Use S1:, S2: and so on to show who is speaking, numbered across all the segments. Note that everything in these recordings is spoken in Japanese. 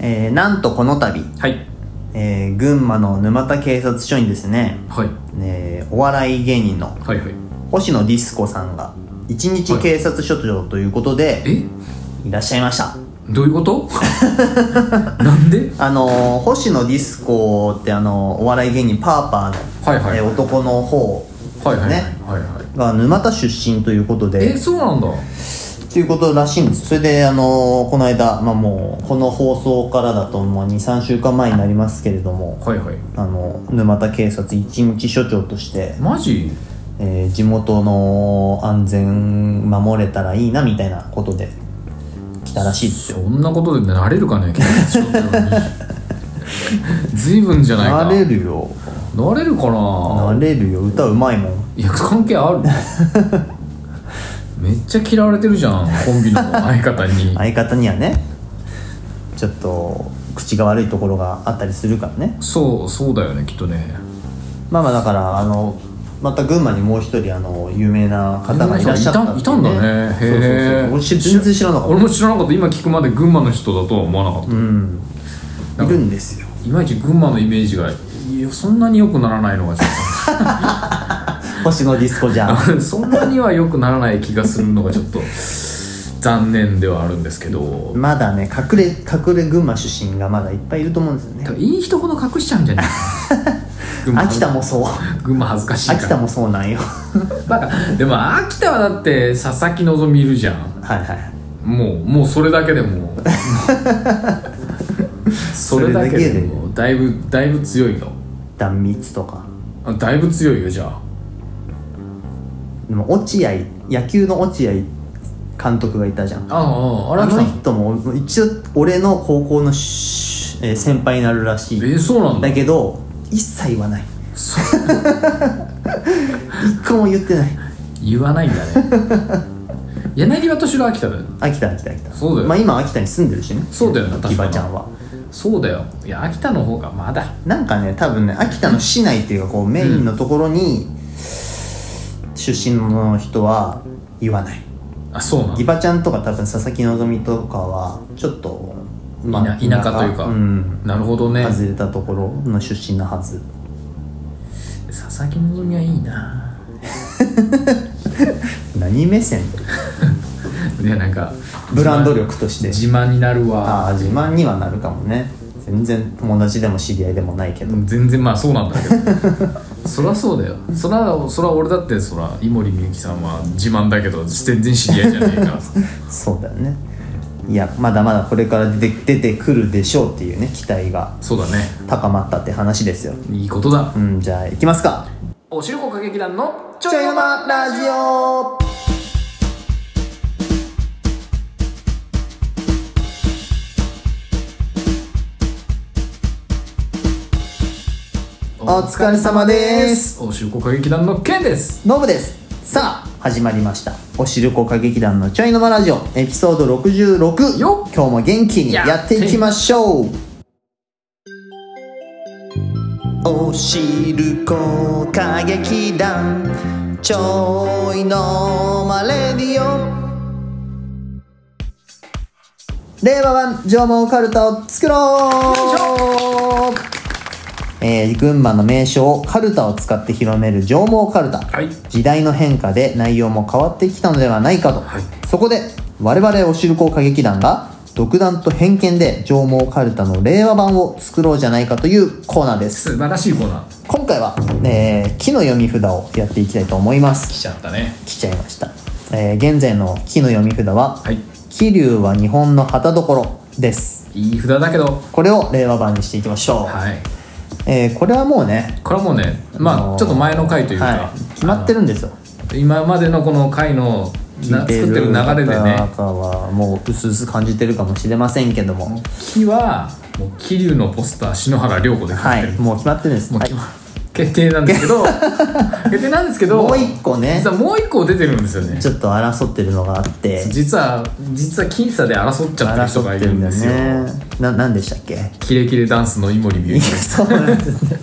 S1: えーなんとこの度、
S2: はい
S1: えー群馬の沼田警察署にですね、
S2: はい
S1: えーお笑い芸人の
S2: はいはい
S1: 星野ディスコさんが一日警察署長ということで、
S2: え
S1: い、らっしゃいました
S2: どういうこと なんで
S1: あのー星野ディスコってあのーお笑い芸人パーパーの、
S2: はいはい
S1: えー男の方
S2: はいはいはい
S1: ね
S2: はいはい
S1: が沼田出身ということで
S2: えそうなんだ
S1: ということらしいんですそれであのーこの間、まあ、もうこの放送からだと23週間前になりますけれども
S2: はいはい
S1: あの沼田警察一日署長として、
S2: マジ
S1: えー地元の安全守れたらいいなみたいなことで来たらしいです
S2: そ
S1: よ
S2: んなことでなれるかね警察署長にずいぶんじゃないか
S1: なれるよ
S2: なれるか
S1: な
S2: な
S1: れるよ歌うまいもん
S2: いや関係 あるめっちゃ嫌われてるじゃんコンビの相方に
S1: 相方にはねちょっと口が悪いところがあったりするからね
S2: そうそうだよねきっとね
S1: まあまあだからあのまた群馬にもう一人あの有名な方がいらっしゃったってう
S2: いたんだね
S1: そうそう
S2: へえ
S1: そう俺し全然知らなかった
S2: 俺も知らなかった今聞くまで群馬の人だとは思わなかった、
S1: うん
S2: なん
S1: い
S2: か
S1: るんですよ
S2: いまいち群馬のイメージがいやそんなに良くならないのがちょっ
S1: 星野ディスコじゃん
S2: とそんなには良くならない気がするのがちょっと残念ではあるんですけど
S1: まだね隠れ隠れ群馬出身がまだいっぱいいると思うんですよ
S2: 多
S1: ね
S2: 分いい人ほど隠しちゃう んじゃない群馬
S1: 秋田もそう
S2: 群馬恥ずかしいから
S1: 秋田もそうなん よ
S2: バカでも秋田はだって佐々木希いるじゃん
S1: はいはい
S2: もうもうそれだけ でもそれだけでもだいぶだいぶ強いよ
S1: 断蜜とか
S2: あだいぶ強いよじゃあ
S1: でも落合野球の落合監督がいたじゃん
S2: あああ
S1: あ
S2: ら
S1: の
S2: さ
S1: 人も一応俺の高校のし、えー先輩になるらし
S2: え
S1: い
S2: ー、そうなんだ
S1: だけど一切言わない
S2: そ
S1: 一個も言ってない
S2: 言わないんだね 柳葉敏郎秋田だよ
S1: 秋田秋田秋田
S2: そうだよ
S1: まあ今秋田に住んでるしね
S2: そうだよね確か
S1: 秋
S2: に
S1: 葉ちゃんは
S2: そうだよいや秋田の方がまだ
S1: なんかね多分ね秋田の市内っていうかこうメインのところに、出身の人は言わない
S2: あそうなん
S1: ギ
S2: だ
S1: バちゃんとか多分佐々木希とかはちょっと、
S2: 田田舎というか
S1: ん、
S2: なるほどね
S1: 外れたところの出身なはず
S2: 佐々木希はいいな
S1: 何目線
S2: いやなんか
S1: ブランド力として
S2: 自慢になるわ
S1: ああ自慢にはなるかもね全然友達でも知り合いでもないけど、
S2: 全然まあそうなんだけどそりゃそうだよそらそら俺だってそら井森美幸さんは自慢だけど全然知り合いじゃねえからさ
S1: そうだよねいやまだまだこれから出て出てくるでしょうっていうね期待が
S2: そうだね
S1: 高まったって話ですよ
S2: いいことだ
S1: うんじゃあ行きますか
S2: おしるこ歌劇団のち
S1: ちょいまラジオお疲れ様です
S2: おしるこ歌劇団のケンです
S1: ノブですさあ始まりましたおしるこ歌劇団のちょいのまラジオエピソード66
S2: よっ
S1: 今日も元気にやっていきましょうおしるこ歌劇団ちょいのまレディオ令和版縄文カルタを作ろうえー群馬の名所をカルタを使って広める上毛カルタ、
S2: はい
S1: 時代の変化で内容も変わってきたのではないかと、
S2: はい
S1: そこで我々おしるこ歌劇団が独断と偏見で上毛カルタの令和版を作ろうじゃないかというコーナーです
S2: 素晴らしいコーナー
S1: 今回は、えー木の読み札をやっていきたいと思います
S2: 来ちゃったね
S1: 来ちゃいました、えー現在の木の読み札は
S2: はい
S1: 「桐生は日本の旗どころ」です
S2: いい札だけど
S1: これを令和版にしていきましょう、
S2: はい
S1: えーこれはもうね、
S2: これはもうね
S1: あ
S2: ま
S1: の
S2: あ
S1: ー
S2: ちょっと前の回というか、
S1: はい、決まってるんですよ
S2: 今までのこの回のな
S1: 聞いて
S2: 作って
S1: る
S2: る流れでね
S1: 方はもう薄々感じてるかもしれませんけども
S2: 木はもう桐生のポスター篠原涼子で決まっ
S1: は
S2: てる、
S1: いもう決まってるんです
S2: もう
S1: はい
S2: 決ま決定なんです けど決定なんですけど
S1: もう一個ね
S2: 実はもう一個出てるんですよね
S1: ちょっと争ってるのがあって
S2: 実は実は僅差で争っちゃってる人
S1: 争
S2: が
S1: っ
S2: い
S1: て
S2: る
S1: る
S2: ん
S1: んだ
S2: で
S1: よ
S2: すよ
S1: ねな何でしたっ け
S2: キレキレダンスの井森 美幸
S1: そうなんですね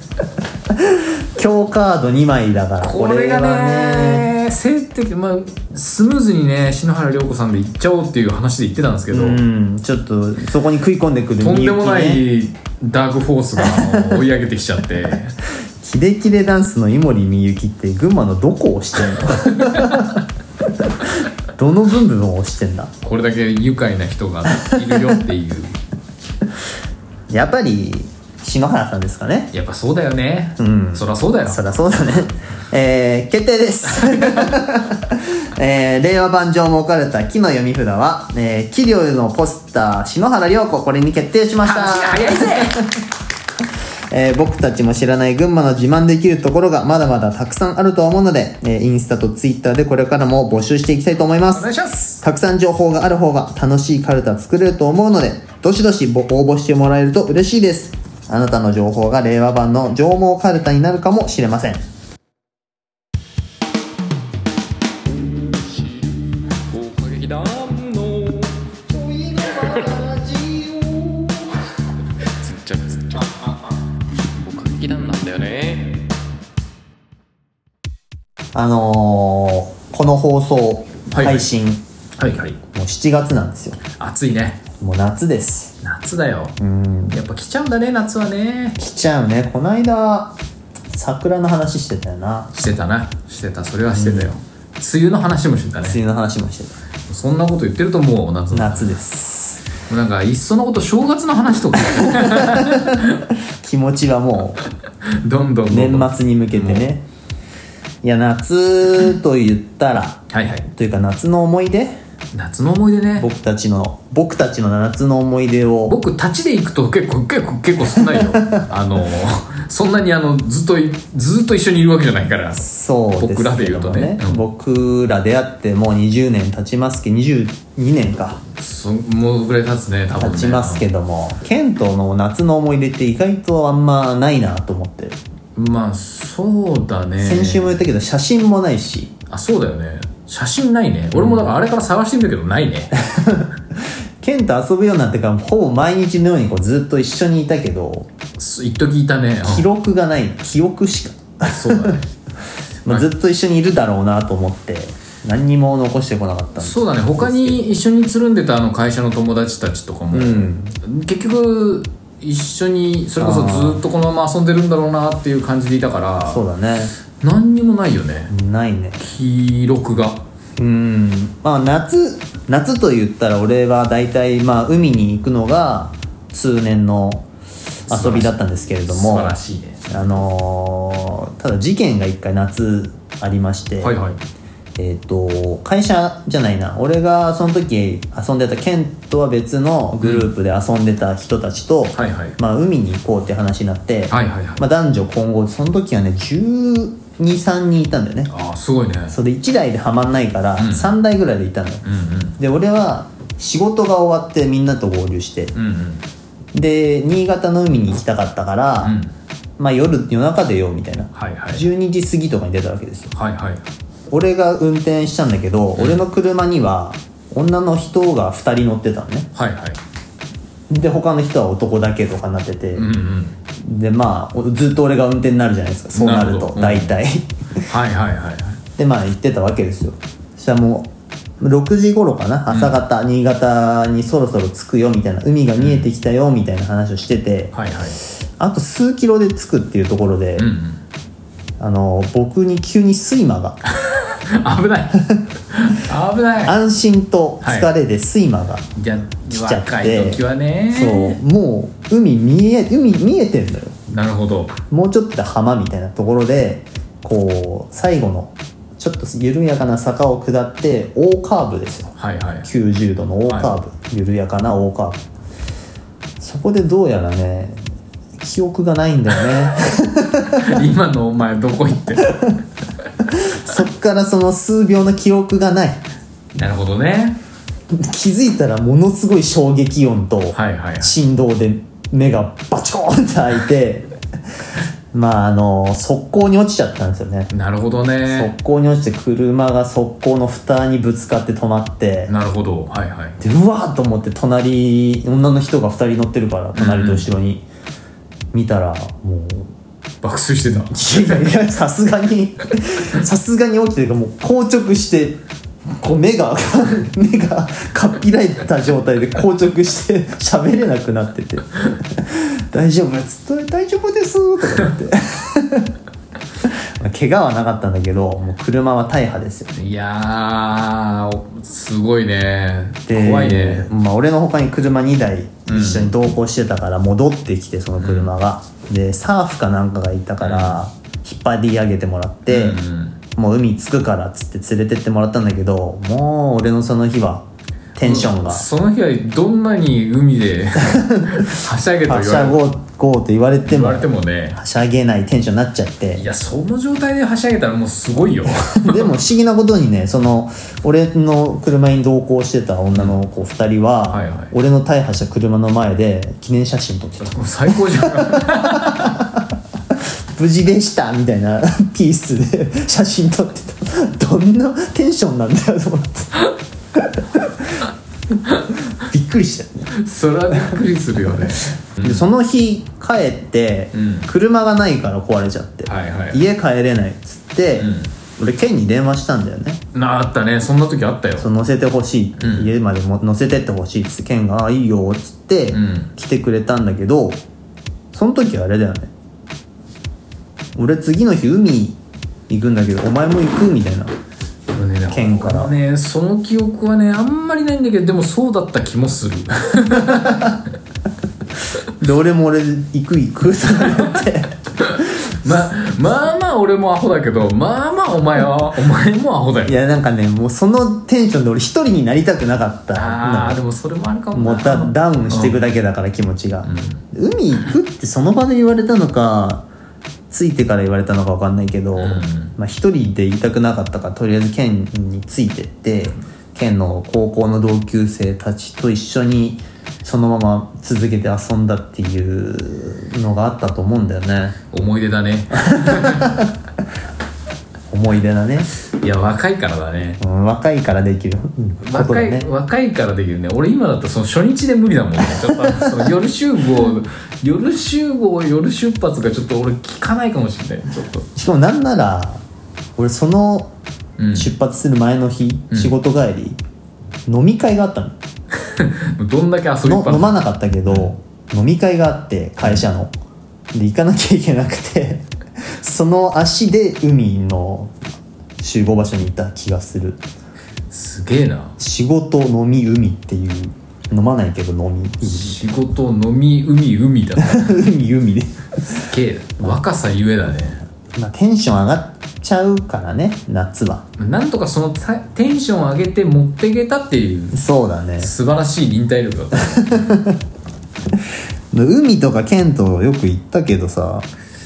S1: 強カード2枚だから
S2: これ
S1: は
S2: がねね性的、まあ、スムーズにね篠原涼子さんで行っちゃおうっていう話で言ってたんですけど、
S1: うんちょっとそこに食い込んでくる
S2: とん
S1: み
S2: で
S1: ゆき
S2: もな
S1: ね
S2: いダークフォースがあの追い上げてきちゃって
S1: キレキレダンスの井森美幸って群馬のどこをしてんの どの部分を押してんだ
S2: これだけ愉快な人がいるよっていう
S1: やっぱり篠原さんですかね
S2: やっぱそうだよね、
S1: うん
S2: そりゃそうだよ
S1: そりゃそうだね。えー、決定です。 えー、令和版上も置かれた木の読み札は、えー、キリオのポスター、篠原涼子、これに決定しました。
S2: 話が早いぜ
S1: えー僕たちも知らない群馬の自慢できるところがまだまだたくさんあるとは思うので、えーインスタとツイッターでこれからも募集していきたいと思いま
S2: お
S1: す
S2: 願。いします
S1: たくさん情報がある方が楽しいカルタ作れると思うので、どしどしご応募してもらえると嬉しいです。あなたの情報が令和版の上毛カルタになるかもしれません。
S3: つっちゃうつっちゃう僕歌劇団なんだよね
S1: あのーこの放送、
S2: はいはい
S1: 配信、
S2: はいはい
S1: もう7月なんですよ。
S2: 暑いね
S1: もう夏です。
S2: 夏だよ
S1: うん。
S2: やっぱ来ちゃうんだね夏はね
S1: 来ちゃうね。こないだ、桜の話してたよな。
S2: してたなしてたそれはしてたよ、梅雨の話もしてたね
S1: 梅雨の話もして
S2: そんなこと言ってるともう夏
S1: た。
S2: の
S1: 夏です。
S2: なんかいっそのこと正月の話 とか
S1: 気持ちはも
S2: どんどんどん
S1: う、
S2: どん
S1: 年末に向けてね。いや、夏と言ったら、
S2: はいはい
S1: というか夏の思い出
S2: 夏の思い出ね
S1: 僕たちの、僕たちの夏の思い出を、
S2: 僕立ちで行くと結構結構結構少ない よあのそんなにあのずっといずっと一緒にいるわけじゃないから
S1: そうですけども、ね。
S2: 僕らで言うとねうん
S1: 僕ら出会ってもう20年経ちますけど、22年か。
S2: そもうぐらい経つね多分ね
S1: 立ちますけども、ケントの夏の思い出って意外とあんまないなと思って、
S2: まあそうだね
S1: 先週も言ったけど写真もないし
S2: あそうだよね写真ないね俺もだからあれから探してみたけどな いね
S1: ケンと遊ぶようになってからほぼ毎日のようにこうずっと一緒にいたけど
S2: す一時いたね
S1: 記録がない記憶しか、
S2: あそうだね
S1: まあ、
S2: はい
S1: ずっと一緒にいるだろうなと思って何にも残してこなかったんです
S2: そうだね他に一緒につるんでたあの会社の友達たちとかも、
S1: うん
S2: 結局一緒にそれこそずっとこのまま遊んでるんだろうなっていう感じでいたから
S1: そうだね
S2: 何にもないよね
S1: ないね
S2: 記録が
S1: うんまあ夏夏と言ったら俺は大体まあ海に行くのが通年の遊びだったんですけれど
S2: 素
S1: も
S2: 晴らしいね
S1: あのーただ事件が一回夏ありまして、
S2: はいはい
S1: えっ、と会社じゃないな俺がその時遊んでた県とは別のグループで遊んでた人たちと、
S2: はいはい
S1: まあ、海に行こうって話になって、
S2: はいはいはい
S1: まあ、男女混合その時はね1 2 3人いたんだよね
S2: ああすごいね
S1: それで1台ではまんないから
S2: ん
S1: 3台ぐらいでいたのよ、
S2: うん
S1: で俺は仕事が終わってみんなと合流して
S2: うんうんうん
S1: で新潟の海に行きたかったから、
S2: うん
S1: まあ夜夜中出ようみたいな
S2: はいはい
S1: 12時過ぎとかに出たわけですよ
S2: はいはい
S1: 俺が運転したんだけど、俺の車には女の人が2人乗ってたのね
S2: はいはい
S1: で他の人は男だけとかなってて、
S2: うんうん
S1: でまあおずっと俺が運転になるじゃないですかそうなる
S2: なる
S1: と
S2: ほどうん
S1: 大体、
S2: はいはいはいはい
S1: でまあ行ってたわけですよそしたらもう6時頃かな朝方、新潟にそろそろ着くよみたいな海が見えてきたよみたいな話をしてて、
S2: はいはい
S1: あと数キロで着くっていうところで、
S2: うんうん
S1: あの僕に急に睡魔が
S2: 危ない危ない
S1: 安心と疲れで睡魔が、
S2: いや
S1: ちゃって
S2: 若い時はね
S1: そうもう海見え海見えてんのよ
S2: なるほど
S1: もうちょっとで浜みたいなところでこう最後のちょっと緩やかな坂を下って大カーブですよ
S2: はいはい
S1: 90度の大カーブ、緩やかな大カーブそこでどうやらね記憶がないんだよ ね
S2: 今のお前どこ行 ってる
S1: そっからその数秒の記憶がない
S2: なるほどね
S1: 気づいたらものすごい衝撃音と
S2: はいはい
S1: 振動で目がバチコーンって開いて まああの速攻に落ちちゃったんですよね
S2: なるほどね
S1: 速攻に落ちて車が速攻の蓋にぶつかって止まって
S2: なるほどはいはい
S1: でうわーと思って隣女の人が2人乗ってるから隣と後ろに、見たらもう
S2: 爆睡してた
S1: いやいやさすがにさすがに起きてるからもう硬直してこう目が 目がかっぴらいた状態で硬直して喋れなくなってて「大丈夫?」っつって「大丈夫です」とか言って まあ怪我はなかったんだけどもう車は大破ですよ
S2: いやーすごいね
S1: で
S2: 怖いね
S1: まあ、俺の他に車2台一緒に同行してたから戻ってきてその車が、でサーフかなんかがいたから引っ張り上げてもらって、もう海着くからっつって連れてってもらったんだけどもう俺のその日はテンションが、
S2: その日はどんなに海で はしゃげと
S1: は
S2: 言
S1: しゃ
S2: われ
S1: ごうごうと言われて
S2: 言
S1: も
S2: われてもね
S1: はしゃげないテンションになっちゃって
S2: いやその状態ではしゃげたらもうすごいよ
S1: でも不思議なことにねその俺の車に同行してた女の子2人は、
S2: はいはい
S1: 俺の大破した車の前で記念写真撮ってた
S2: もう最高じゃん
S1: 無事でしたみたいな ピースで写真撮ってたどんなテンションなんだよと思って びっくりしたよね
S2: それはびっくりするよね
S1: でその日帰って、
S2: うん
S1: 車がないから壊れちゃって、
S2: はいはい
S1: 家帰れないっつって、俺県に電話したんだよね
S2: なああったねそんな時あったよ
S1: その乗せてほしいって、
S2: うん
S1: 家までも乗せてってほしいっつって県が「あいいよ」っつって、
S2: うん
S1: 来てくれたんだけどその時あれだよね俺次の日海行くんだけどお前も行くみたいな
S2: でもね
S1: 県から
S2: ねその記憶はねあんまりないんだけどでもそうだった気もする
S1: で俺も俺行く行くとか言って
S2: ままあまあ俺もアホだけどまあまあお前はお前もアホだよ
S1: いやなんかねもうそのテンションで俺一人になりたくなかった
S2: あ
S1: な
S2: あ
S1: ん
S2: で
S1: か
S2: もそれもあるかも
S1: もうダダウンしていく
S2: だ
S1: だけだから気持ちが、海行くってその場で言われたのかついてから言われたのかわかんないけど、まあ、一人で言いたくなかったからとりあえず県についてって県の高校の同級生たちと一緒にそのまま続けて遊んだっていうのがあったと思うんだよね
S2: 思い出だね
S1: 思い出だね、
S2: いや若いからだね
S1: うん、若いからできること
S2: 若
S1: だ
S2: い
S1: ね
S2: 若いからできるね俺今だったらその初日で無理だもんねちょっとその夜集合 夜集合夜出発がちょっと俺聞かないかもしれないちょっと
S1: しかもなんなら俺その
S2: うん
S1: 出発する前の日、仕事帰り飲み会があったの
S2: どんだけ遊びっぱ
S1: の飲ま
S2: な
S1: なかったけど、飲み会があって会社ので行かなきゃいけなくて その足で海の集合場所にいた気がする
S2: すげえな
S1: 仕事飲み海っていう飲まないけど飲み
S2: 仕事飲み海海だす
S1: 海海で、
S2: げえ若さゆえだね
S1: まあ、テンション上がっちゃうからね夏は
S2: なんとかそのたテンション上げて持ってけたっていう
S1: そうだね
S2: 素晴らしい忍耐力だった
S1: 海とかケントよく行ったけどさ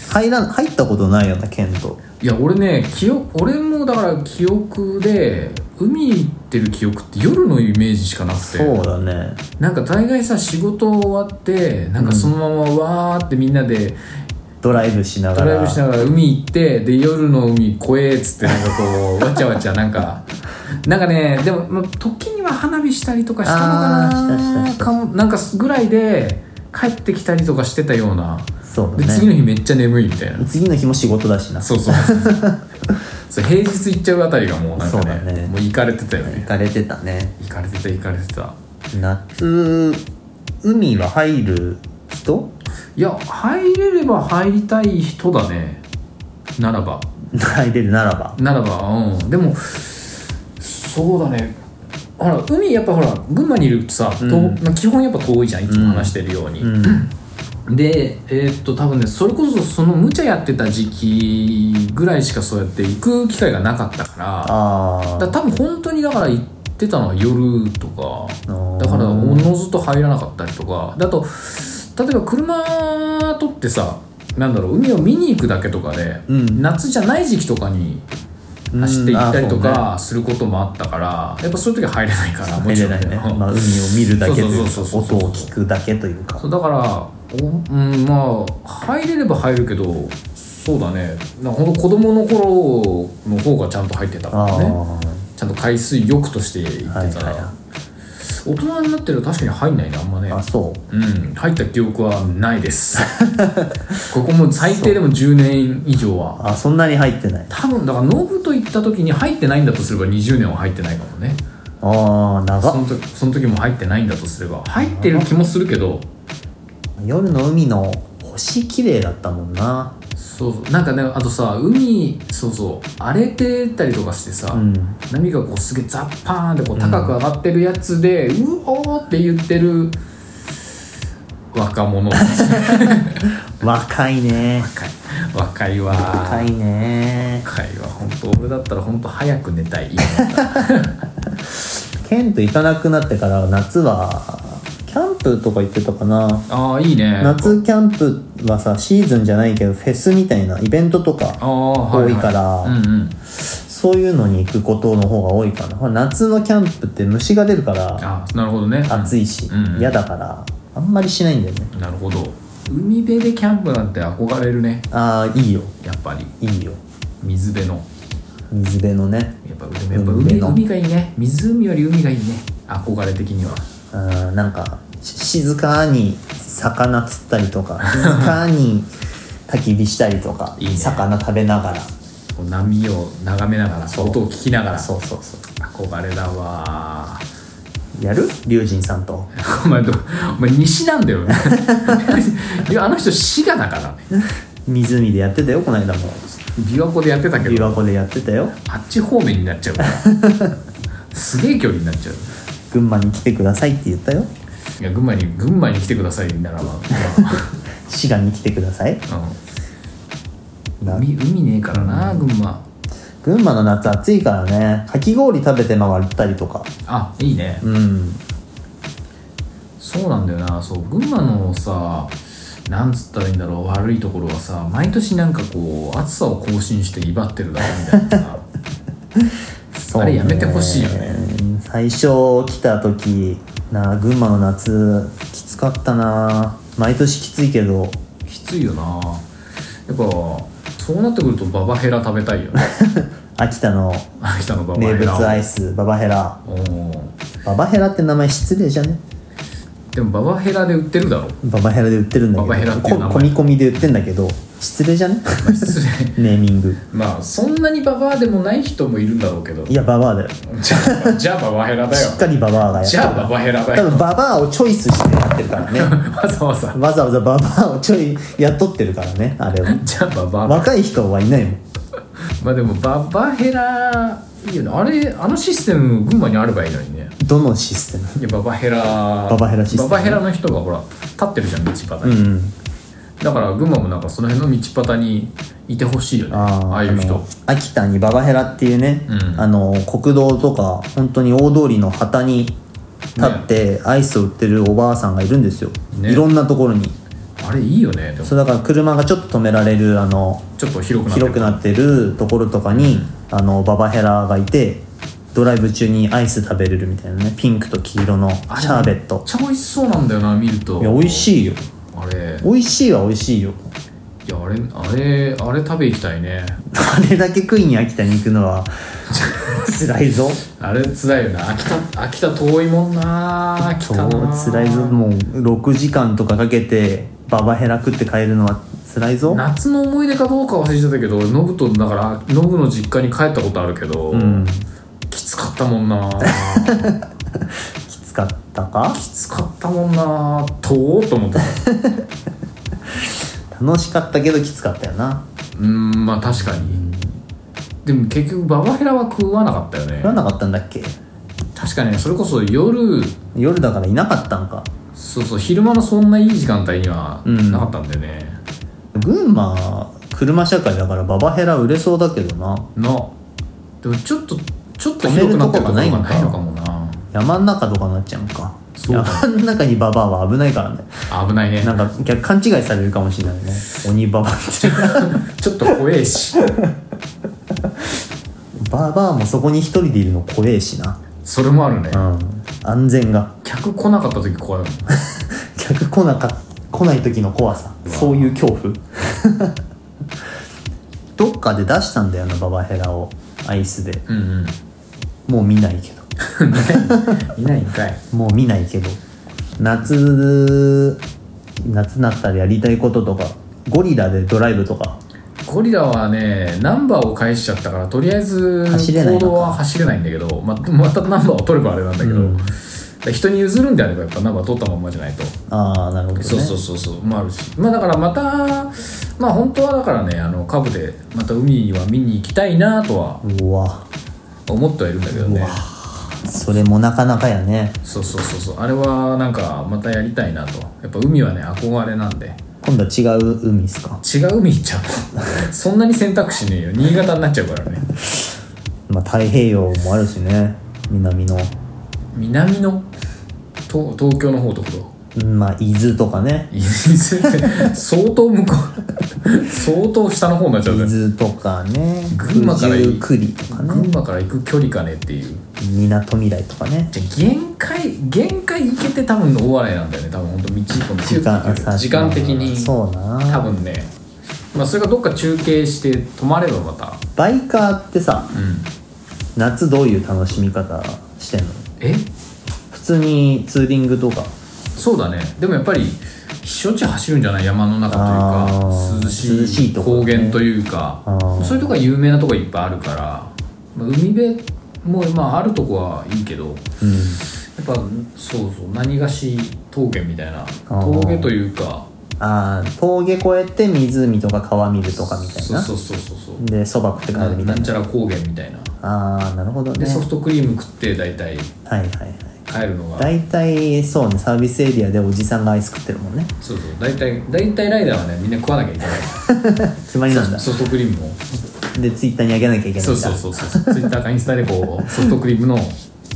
S1: 入らん入ったことないよなケント
S2: いや俺ね記憶俺もだから記憶で海行ってる記憶って夜のイメージしかなくて
S1: そうだね
S2: なんか大概さ仕事終わってなんかそのままわーってみんなで
S1: ドライブしなが
S2: ド
S1: ら
S2: ライブしながら海行ってで夜の海怖えっつってなんかこ うわちゃわちゃなんかなんかねでも、まあ、時には花火したりとかしたの
S1: あーした
S2: か
S1: した
S2: な
S1: した
S2: かもなんかぐらいで帰ってきたりとかしてたような
S1: そう
S2: で
S1: だ
S2: 次の
S1: ね
S2: 日めっちゃ眠いみたいな
S1: 次の日も仕事だしな
S2: そう そうそう平日行っちゃうあたりがもうなんか
S1: そうだ
S2: ね
S1: ね
S2: もう行かれてたよね
S1: 行かれてたね
S2: 行かれてた行かれてた
S1: 夏海は入る人
S2: いや入れれば入りたい人だねならば
S1: 入れるならば
S2: ならばうんでもそうだねほら海やっぱほら群馬にいるとさ、とまあ基本やっぱ遠いじゃんいつも話してるように、
S1: うん
S2: でえーっと多分ねそれこそその無茶やってた時期ぐらいしかそうやって行く機会がなかったから
S1: あ
S2: だ
S1: あ
S2: 多分本当にだから行ってたのは夜とか
S1: ー
S2: だからおのずと入らなかったりとかだと例えば車取ってさなんだろう海を見に行くだけとかで、
S1: うん
S2: 夏じゃない時期とかに走って行ったりとかすることもあったから、やっぱそういう時は入れないからも
S1: 入
S2: ち
S1: れ
S2: ろん
S1: ないね、
S2: うん
S1: まあ、海を見るだけというか
S2: そうそうそうそう
S1: 音を聞くだけというか
S2: そうだからおうんまあ入れれば入るけどそうだねなんかほんと子供の頃の方がちゃんと入ってたからね
S1: ああ
S2: ちゃんと海水浴として行ってたら、
S1: はいはいは
S2: 大人になってると確かに入んないねあんまね
S1: あそう
S2: うん入った記憶はないです ここも最低でも10年以上は
S1: あそんなに入ってない
S2: 多分だからノブと行った時に入ってないんだとすれば20年は入ってないかもね
S1: ああ長
S2: そ
S1: っ
S2: の時その時も入ってないんだとすれば入ってる気もするけど
S1: 夜の海の星綺麗だったもんな
S2: そうそうなんかねあとさ海そうそう荒れてたりとかしてさ、
S1: うん
S2: 波がこうすげえザッパーンってこう高く上がってるやつで、うおーって言ってる若者
S1: 若いね
S2: 若いわ
S1: 若いね
S2: 若いわ本当俺だったら本当早く寝 たい
S1: ケント行かなくなってから夏はキャンプとか行ってたかな
S2: ああいいね
S1: 夏キャンプはさシーズンじゃないけどフェスみたいなイベントと
S2: あ
S1: か
S2: あは
S1: 多
S2: い
S1: い
S2: はい
S1: から
S2: うんうん
S1: そういうのに行くことの方が多いかなほら夏のキャンプって虫が出るから
S2: あなるほどね
S1: 暑いし
S2: うんうん
S1: 嫌だからあんまりしないんだよね
S2: なるほど海辺でキャンプなんて憧れるね
S1: ああいいよ
S2: やっぱり
S1: いいよ
S2: 水辺の
S1: 水辺のね
S2: やっぱでもやっぱ
S1: 海辺
S2: 海
S1: の
S2: 海がいいね湖より海がいいね憧れ的には
S1: うんなんかし静かに魚釣ったりとか 静かに焚き火したりとか
S2: いいね
S1: 魚食べながら
S2: こう波を眺めながら
S1: そう
S2: 音を聞きながら
S1: そうそうそう
S2: 憧れだわ ー
S1: やる龍神さんと
S2: お前どお前西なんだよねいやあの人滋賀だからね
S1: 湖でやってたよこの間も
S2: 琵琶湖でやってたけ
S1: 琵
S2: ど
S1: 琶湖でやってたよ
S2: あっち方面になっちゃうから すげえ距離になっちゃう
S1: 群馬に来てくださいって言ったよ
S2: いや群馬に群馬に来てくださいならば、
S1: 滋賀に来てください
S2: うん、海海ねえからな群馬
S1: 群馬の夏暑いからねかき氷食べて回ったりとか
S2: あいいね
S1: うん
S2: そうなんだよなそう群馬のさなんつったらいいんだろう悪いところはさ毎年なんかこう暑さを更新して威張ってるだけみたいなさ
S1: そう
S2: あれやめてほしいよね
S1: 最初来た時なあ群馬の夏きつかったな毎年きついけど
S2: きついよなやっぱそうなってくるとババヘラ食べたいよね
S1: 秋田の
S2: 秋田のババ
S1: 名
S2: ヘラ
S1: 物アイスババヘラ
S2: うん
S1: ババヘラって名前失礼じゃね
S2: でもババヘラで売ってるだろ、
S1: ババヘラで売ってるんだ
S2: ババヘ
S1: け
S2: ラ
S1: ど
S2: っていう名前
S1: こ込み込みで売ってんだけど失礼じゃ ね
S2: まあ、失礼
S1: ネーミング
S2: まあそんなにババアでもない人もいるんだろう けど
S1: いやババアだよし
S2: じゃあじゃあババヘラだよ
S1: っかりババアがやって
S2: じ
S1: る
S2: ゃあババヘラだ
S1: 多
S2: よ
S1: 分ババアをチョイスしてやってるからね
S2: わざわざ
S1: わざわざババアをちょい雇ってるからねあれを
S2: じゃあババアだよ
S1: 若い人はいないもん
S2: まあでもババヘラいいよねあれあのシステム群馬にあればいいのにね
S1: どのシステム
S2: いやババヘラバ
S1: バヘラシステム
S2: ババヘラの人がほら立ってるじゃん道端
S1: う
S2: に、
S1: んうん
S2: だから群馬もなんかその辺の道端にいてほしいよね
S1: あー
S2: ああいう人
S1: の秋田にババヘラっていうね、
S2: うん
S1: あの国道とか本当に大通りの旗に立ってアイスを売ってるおばあさんがいるんですよ、
S2: ね
S1: いろんなところに
S2: あれいいよねでも
S1: そうだから車がちょっと止められるあの
S2: ちょっと広くなって
S1: 広くなってるところとかに、あのババヘラがいてドライブ中にアイス食べれるみたいなねピンクと黄色のシ
S2: あ
S1: ャーベット
S2: めっちゃ美味しそうなんだよな見ると
S1: いや美味しいよ
S2: あれ
S1: 美味しいは美味しいよ
S2: いやあれあれあれ食べ行きたいね
S1: あれだけ食いに秋田に行くの は辛いぞ
S2: あれつらいよな秋田秋田遠いもんな秋
S1: そう
S2: 田な
S1: 辛いぞもう6時間とかかけてババヘラ食って帰るのは辛いぞ
S2: 夏の思い出かどうか忘れちゃったけど俺ノブとだからノブの実家に帰ったことあるけど、
S1: うん
S2: きつかったもんな
S1: きつかったか
S2: きつかったもんな遠っと思ってた
S1: 楽しかったけどきつかったよな
S2: うんまあ確かにでも結局ババヘラは食わなかったよね
S1: 食わなかったんだっけ
S2: 確かねそれこそ夜
S1: 夜だからいなかったんか
S2: そうそう昼間のそんないい時間帯には
S1: うん
S2: なかったんだよね、
S1: 群馬車社会だからババヘラ売れそうだけどな
S2: のでもちょっとちょっと
S1: 止める
S2: 広くなって
S1: とこ
S2: るかど
S1: がな
S2: う
S1: い
S2: か
S1: のか
S2: ないのかもな
S1: 山ん中とかになっちゃうんか
S2: そうだ
S1: 山ん中にババアは危ないからね
S2: 危ないね
S1: なんか逆勘違いされるかもしれないね鬼ババアって
S2: ちょっと怖えし
S1: ババアもそこに一人でいるの怖えしな
S2: それもあるね
S1: うん安全が
S2: 客来なかった時怖いもん
S1: 客来なか来ない時の怖さそういう恐 怖どっかで出したんだよなババヘラをアイスで
S2: うんうん
S1: もう見ないけど
S2: いないんかい
S1: もう見ないけど夏夏になったらやりたいこととかゴリラでドライブとか
S2: ゴリラはねナンバーを返しちゃったからとりあえず
S1: 走れないの
S2: 行
S1: か
S2: 動は走れないんだけどままたナンバーを取ればあれなんだけど、
S1: うん
S2: 人に譲るんであればやっぱナンバー取ったまんまじゃないと
S1: ああなるほどね
S2: そうそうそうそうまああるしまあだからまたまあ本当はだからねあのカブでまた海には見に行きたいなとは
S1: うわ
S2: 思ってはいるんだけどね
S1: それもなかなかやね
S2: そうそうそうそうあれはなんかまたやりたいなとやっぱ海はね憧れなんで
S1: 今度は違う海っすか
S2: 違う海行っちゃう そんなに選択肢ねえよ新潟になっちゃうからね
S1: まあ太平洋もあるしね南の
S2: 南の東東京の方とかど
S1: う
S2: う
S1: んまあ伊豆とかね
S2: 伊豆って相当向こう相当下の方になっちゃ
S1: 伊
S2: うね
S1: 豆とかね
S2: 群馬からいい
S1: 九十九里とか
S2: 群
S1: ね
S2: 馬から行く距離かねっていう
S1: みなとみらいとかね
S2: じゃあ限界限界行けて多分大笑いなんだよね多分本当道一本
S1: 時間
S2: で時間的に
S1: そうな
S2: 多分ねまあそれがどっか中継して止まればまた
S1: バイカーってさ
S2: うん
S1: 夏どういう楽しみ方してんの
S2: え
S1: 普通にツーリングとか
S2: そうだねでもやっぱり避暑地走るんじゃない山の中と
S1: あ
S2: いう
S1: ー
S2: か涼しい
S1: 涼しいとこ
S2: 高
S1: ね
S2: 原というか
S1: あー
S2: そういうとこが有名なとこいっぱいあるから、まあ海辺もまああるとこはいいけど
S1: うん
S2: やっぱそうそう何がし峠みたいな
S1: ー
S2: 峠というか
S1: ああ峠越えて湖とか川見るとかみたい
S2: そう
S1: な
S2: そうそうそうそう
S1: でそば食って帰
S2: な
S1: るみ
S2: な
S1: たい
S2: んち
S1: な
S2: ゃら高原みたいな
S1: ああなるほど
S2: で
S1: ね
S2: ソフトクリーム食って大体
S1: はいはいはい
S2: 帰るのが
S1: 大体そうねサービスエリアでおじさんがアイス食ってるもんね
S2: そうそう大体大体ライダーはねみんな食わなきゃい けない
S1: 決まりなんだ
S2: ソフトクリームを
S1: でツイッターにあげなきゃいけないんだ
S2: そうそうそうそうツイッターかインスタでこうソフトクリームの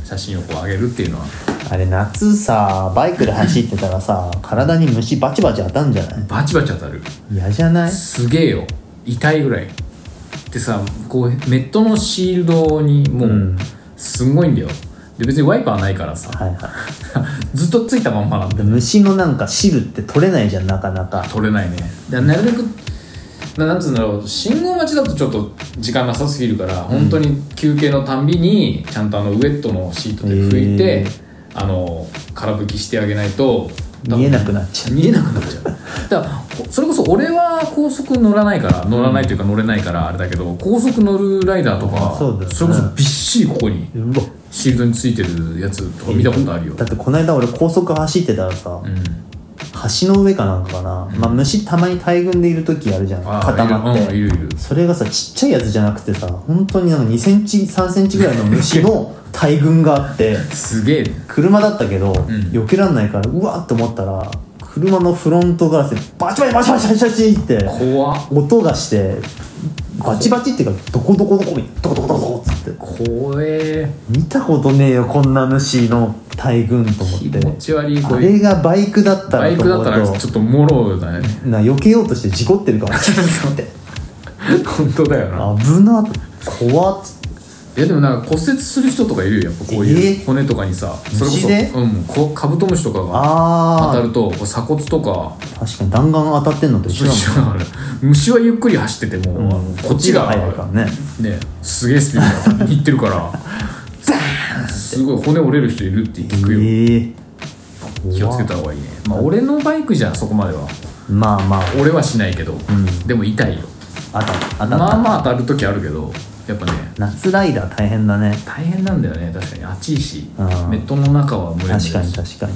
S2: 写真をこう上げるっていうのは
S1: あれ夏さバイクで走ってたらさ体に虫バチバチ当たんじゃない
S2: バチバチ当たる
S1: 嫌じゃない
S2: すげえよ痛いぐらいでさこうメットのシールドにもうすんごいんだよで別にワイパーないからさ
S1: はいは
S2: ずっとついたまんまなん
S1: いで
S2: で
S1: 虫のなんか汁って取れないじゃんなかなか
S2: 取れないねだからなるべくななんつうんだろう信号待ちだとちょっと時間なさすぎるから、本当に休憩のたんびにちゃんとあのウエットのシートで拭いて、
S1: へえ
S2: あの空拭きしてあげないと多分
S1: 見えなくなっちゃう
S2: 見えなくなっちゃうだからそれこそ俺は高速乗らないから乗らないというか乗れないからあれだけど高速乗るライダーとか
S1: あそうだよね
S2: れこそびっしりここに
S1: うわ
S2: シールドについてるやつとか見たことあるよ、
S1: だってこの間俺高速走ってたらさ、
S2: うん、
S1: 橋の上かなんかかな、まあ虫たまに大群でいる時あるじゃん
S2: あー
S1: 固まっ
S2: い
S1: て
S2: るうんいるいる
S1: それがさちっちゃいやつじゃなくてさ本当になんか2センチ3センチぐらいの虫の大群があって
S2: すげえね
S1: 車だったけど、
S2: ん
S1: 避けらんないからうわーって思ったら車のフロントガラスでバチバチバチバチバチバチって
S2: 怖っ
S1: 音がしてバチバチっていうかどこどこどこみどこどこどこどこっつって
S2: 怖え
S1: 見たことねえよこんな主の大群と思っ
S2: 気
S1: て
S2: 持ち悪い
S1: あ
S2: こ
S1: れ
S2: れ
S1: がバイクだった
S2: バイ
S1: らと
S2: クだ
S1: 思
S2: っ
S1: う
S2: たらち
S1: と
S2: ょっともろだね
S1: な避けようとして事故ってるかもしれ
S2: 本当だよな
S1: ない危な怖っつって
S2: いやでもなんか骨折する人とかいるよやっぱこう
S1: え
S2: い
S1: ー
S2: う骨とかにさそれこ
S1: 虫
S2: そ、
S1: で
S2: うん、こカブトムシとかが当た
S1: あ
S2: るとこう鎖骨とか
S1: あ確かに弾丸当たってんのと一緒だ
S2: 虫はある虫はゆっくり走ってても、
S1: もん、うん
S2: こっちが
S1: 早いからね
S2: ねすげえスピードでいってるから すごい骨折れる人いるって
S1: ええ
S2: 聞くよ、
S1: ー、
S2: 気をつけた方がいいねまあ俺のバイクじゃんそこまでは
S1: まあまあ
S2: 俺はしないけど、
S1: ん
S2: でも痛いよ
S1: 当たった当たった、
S2: まあまあ当たる時あるけどやっぱね
S1: 夏ライダー大変だね
S2: 大変なんだよね確かに暑いし
S1: うん
S2: メットの中は蒸れる
S1: 確
S2: し
S1: かに確かに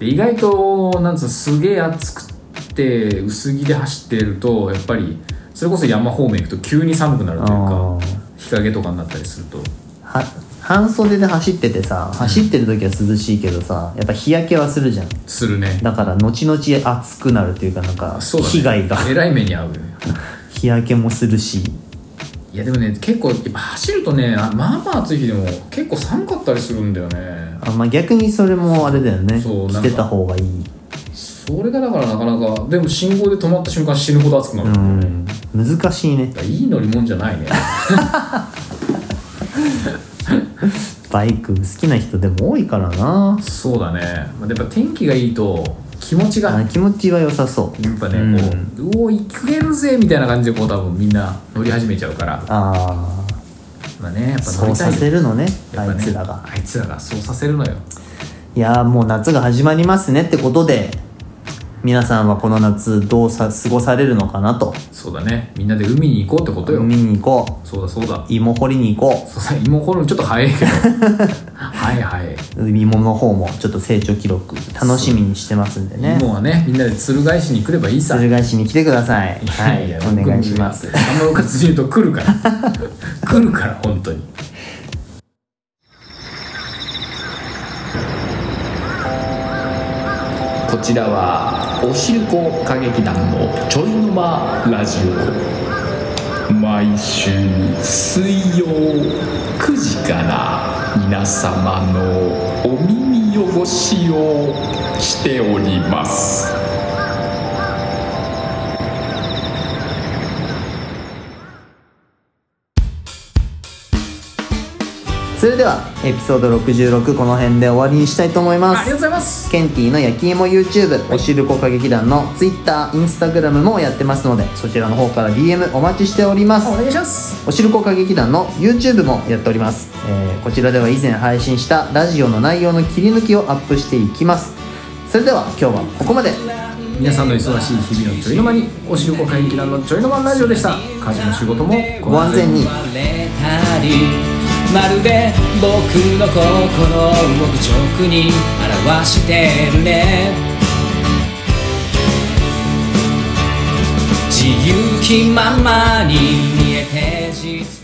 S2: で意外となんつうのすげえ暑くて薄着で走ってるとやっぱりそれこそ山方面行くと急に寒くなるという
S1: あ
S2: か
S1: ー
S2: 日陰とかになったりすると
S1: は半袖で走っててさ走ってる時は涼しいけどさやっぱ日焼けはするじゃん
S2: するね
S1: だから後々暑くなるというかなんか
S2: そうだね
S1: 被害が
S2: えらい目に遭うよね
S1: 日焼けもするし
S2: いやでもね結構やっぱ走るとねあまあまあ暑い日でも結構寒かったりするんだよね
S1: あ、まあ、逆にそれもあれだよね
S2: そ
S1: 着
S2: うなんか
S1: てた方がいい
S2: それがだからなかなかでも信号で止まった瞬間死ぬほど暑くな
S1: う
S2: るんだよね
S1: ん難しいね
S2: だからいい乗り物じゃないね
S1: バイク好きな人でも多いからな
S2: そうだねまあやっぱ天気がいいと気持ちが
S1: あ気持ちは良さそう
S2: やっぱね、こう、うお、行けるぜみたいな感じで、こう、多分みんな乗り始めちゃうから、
S1: あ
S2: まあねやっぱ乗
S1: そ
S2: り
S1: う
S2: た
S1: さ
S2: いよ
S1: せるのね
S2: や
S1: あ
S2: っぱ
S1: い
S2: ね
S1: つらが
S2: あいつらがそうさせるのよ
S1: いやーもう夏が始まりますねってことで皆さんはこの夏どうさ過ごされるのかなと
S2: そうだねみんなで海に行こうってことよ、
S1: 見に行こ
S2: そうだそうだ
S1: う芋掘りに行こ
S2: そうさ芋掘るのちょっと早いけどはいはいう
S1: 芋の方もちょっと成長記録楽しみにしてますんでね
S2: 芋はねみんなで鶴返しに来ればいいさ
S1: 鶴返しに来てくださいはい
S2: やや
S1: お願いします
S2: 僕もねあんまうかつに言うと来るから来るから本当に
S4: こちらはおしるこ歌劇団のちょいの間ラジオ毎週水曜9時から皆様のお耳汚しをしております
S1: それではエピソード66この辺で終わりにしたいと思いま
S2: ありがとう
S1: す
S2: ございます
S1: ケンティの焼き芋 YouTube おしるこ歌劇団の Twitter、Instagram もやってますのでそちらの方から DM お待ちしております
S2: お願いします
S1: おしるこ歌劇団の YouTube もやっております、えーこちらでは以前配信したラジオの内容の切り抜きをアップしていきますそれでは今日はここまで
S2: 皆さんの忙しい日々のちょいの間におしるこ歌劇団のちょいの間ラジオでした家事も仕事も
S1: ご安全に
S5: 割れたりまるで僕の心を動く直に表してるね自由気ままに見えて実は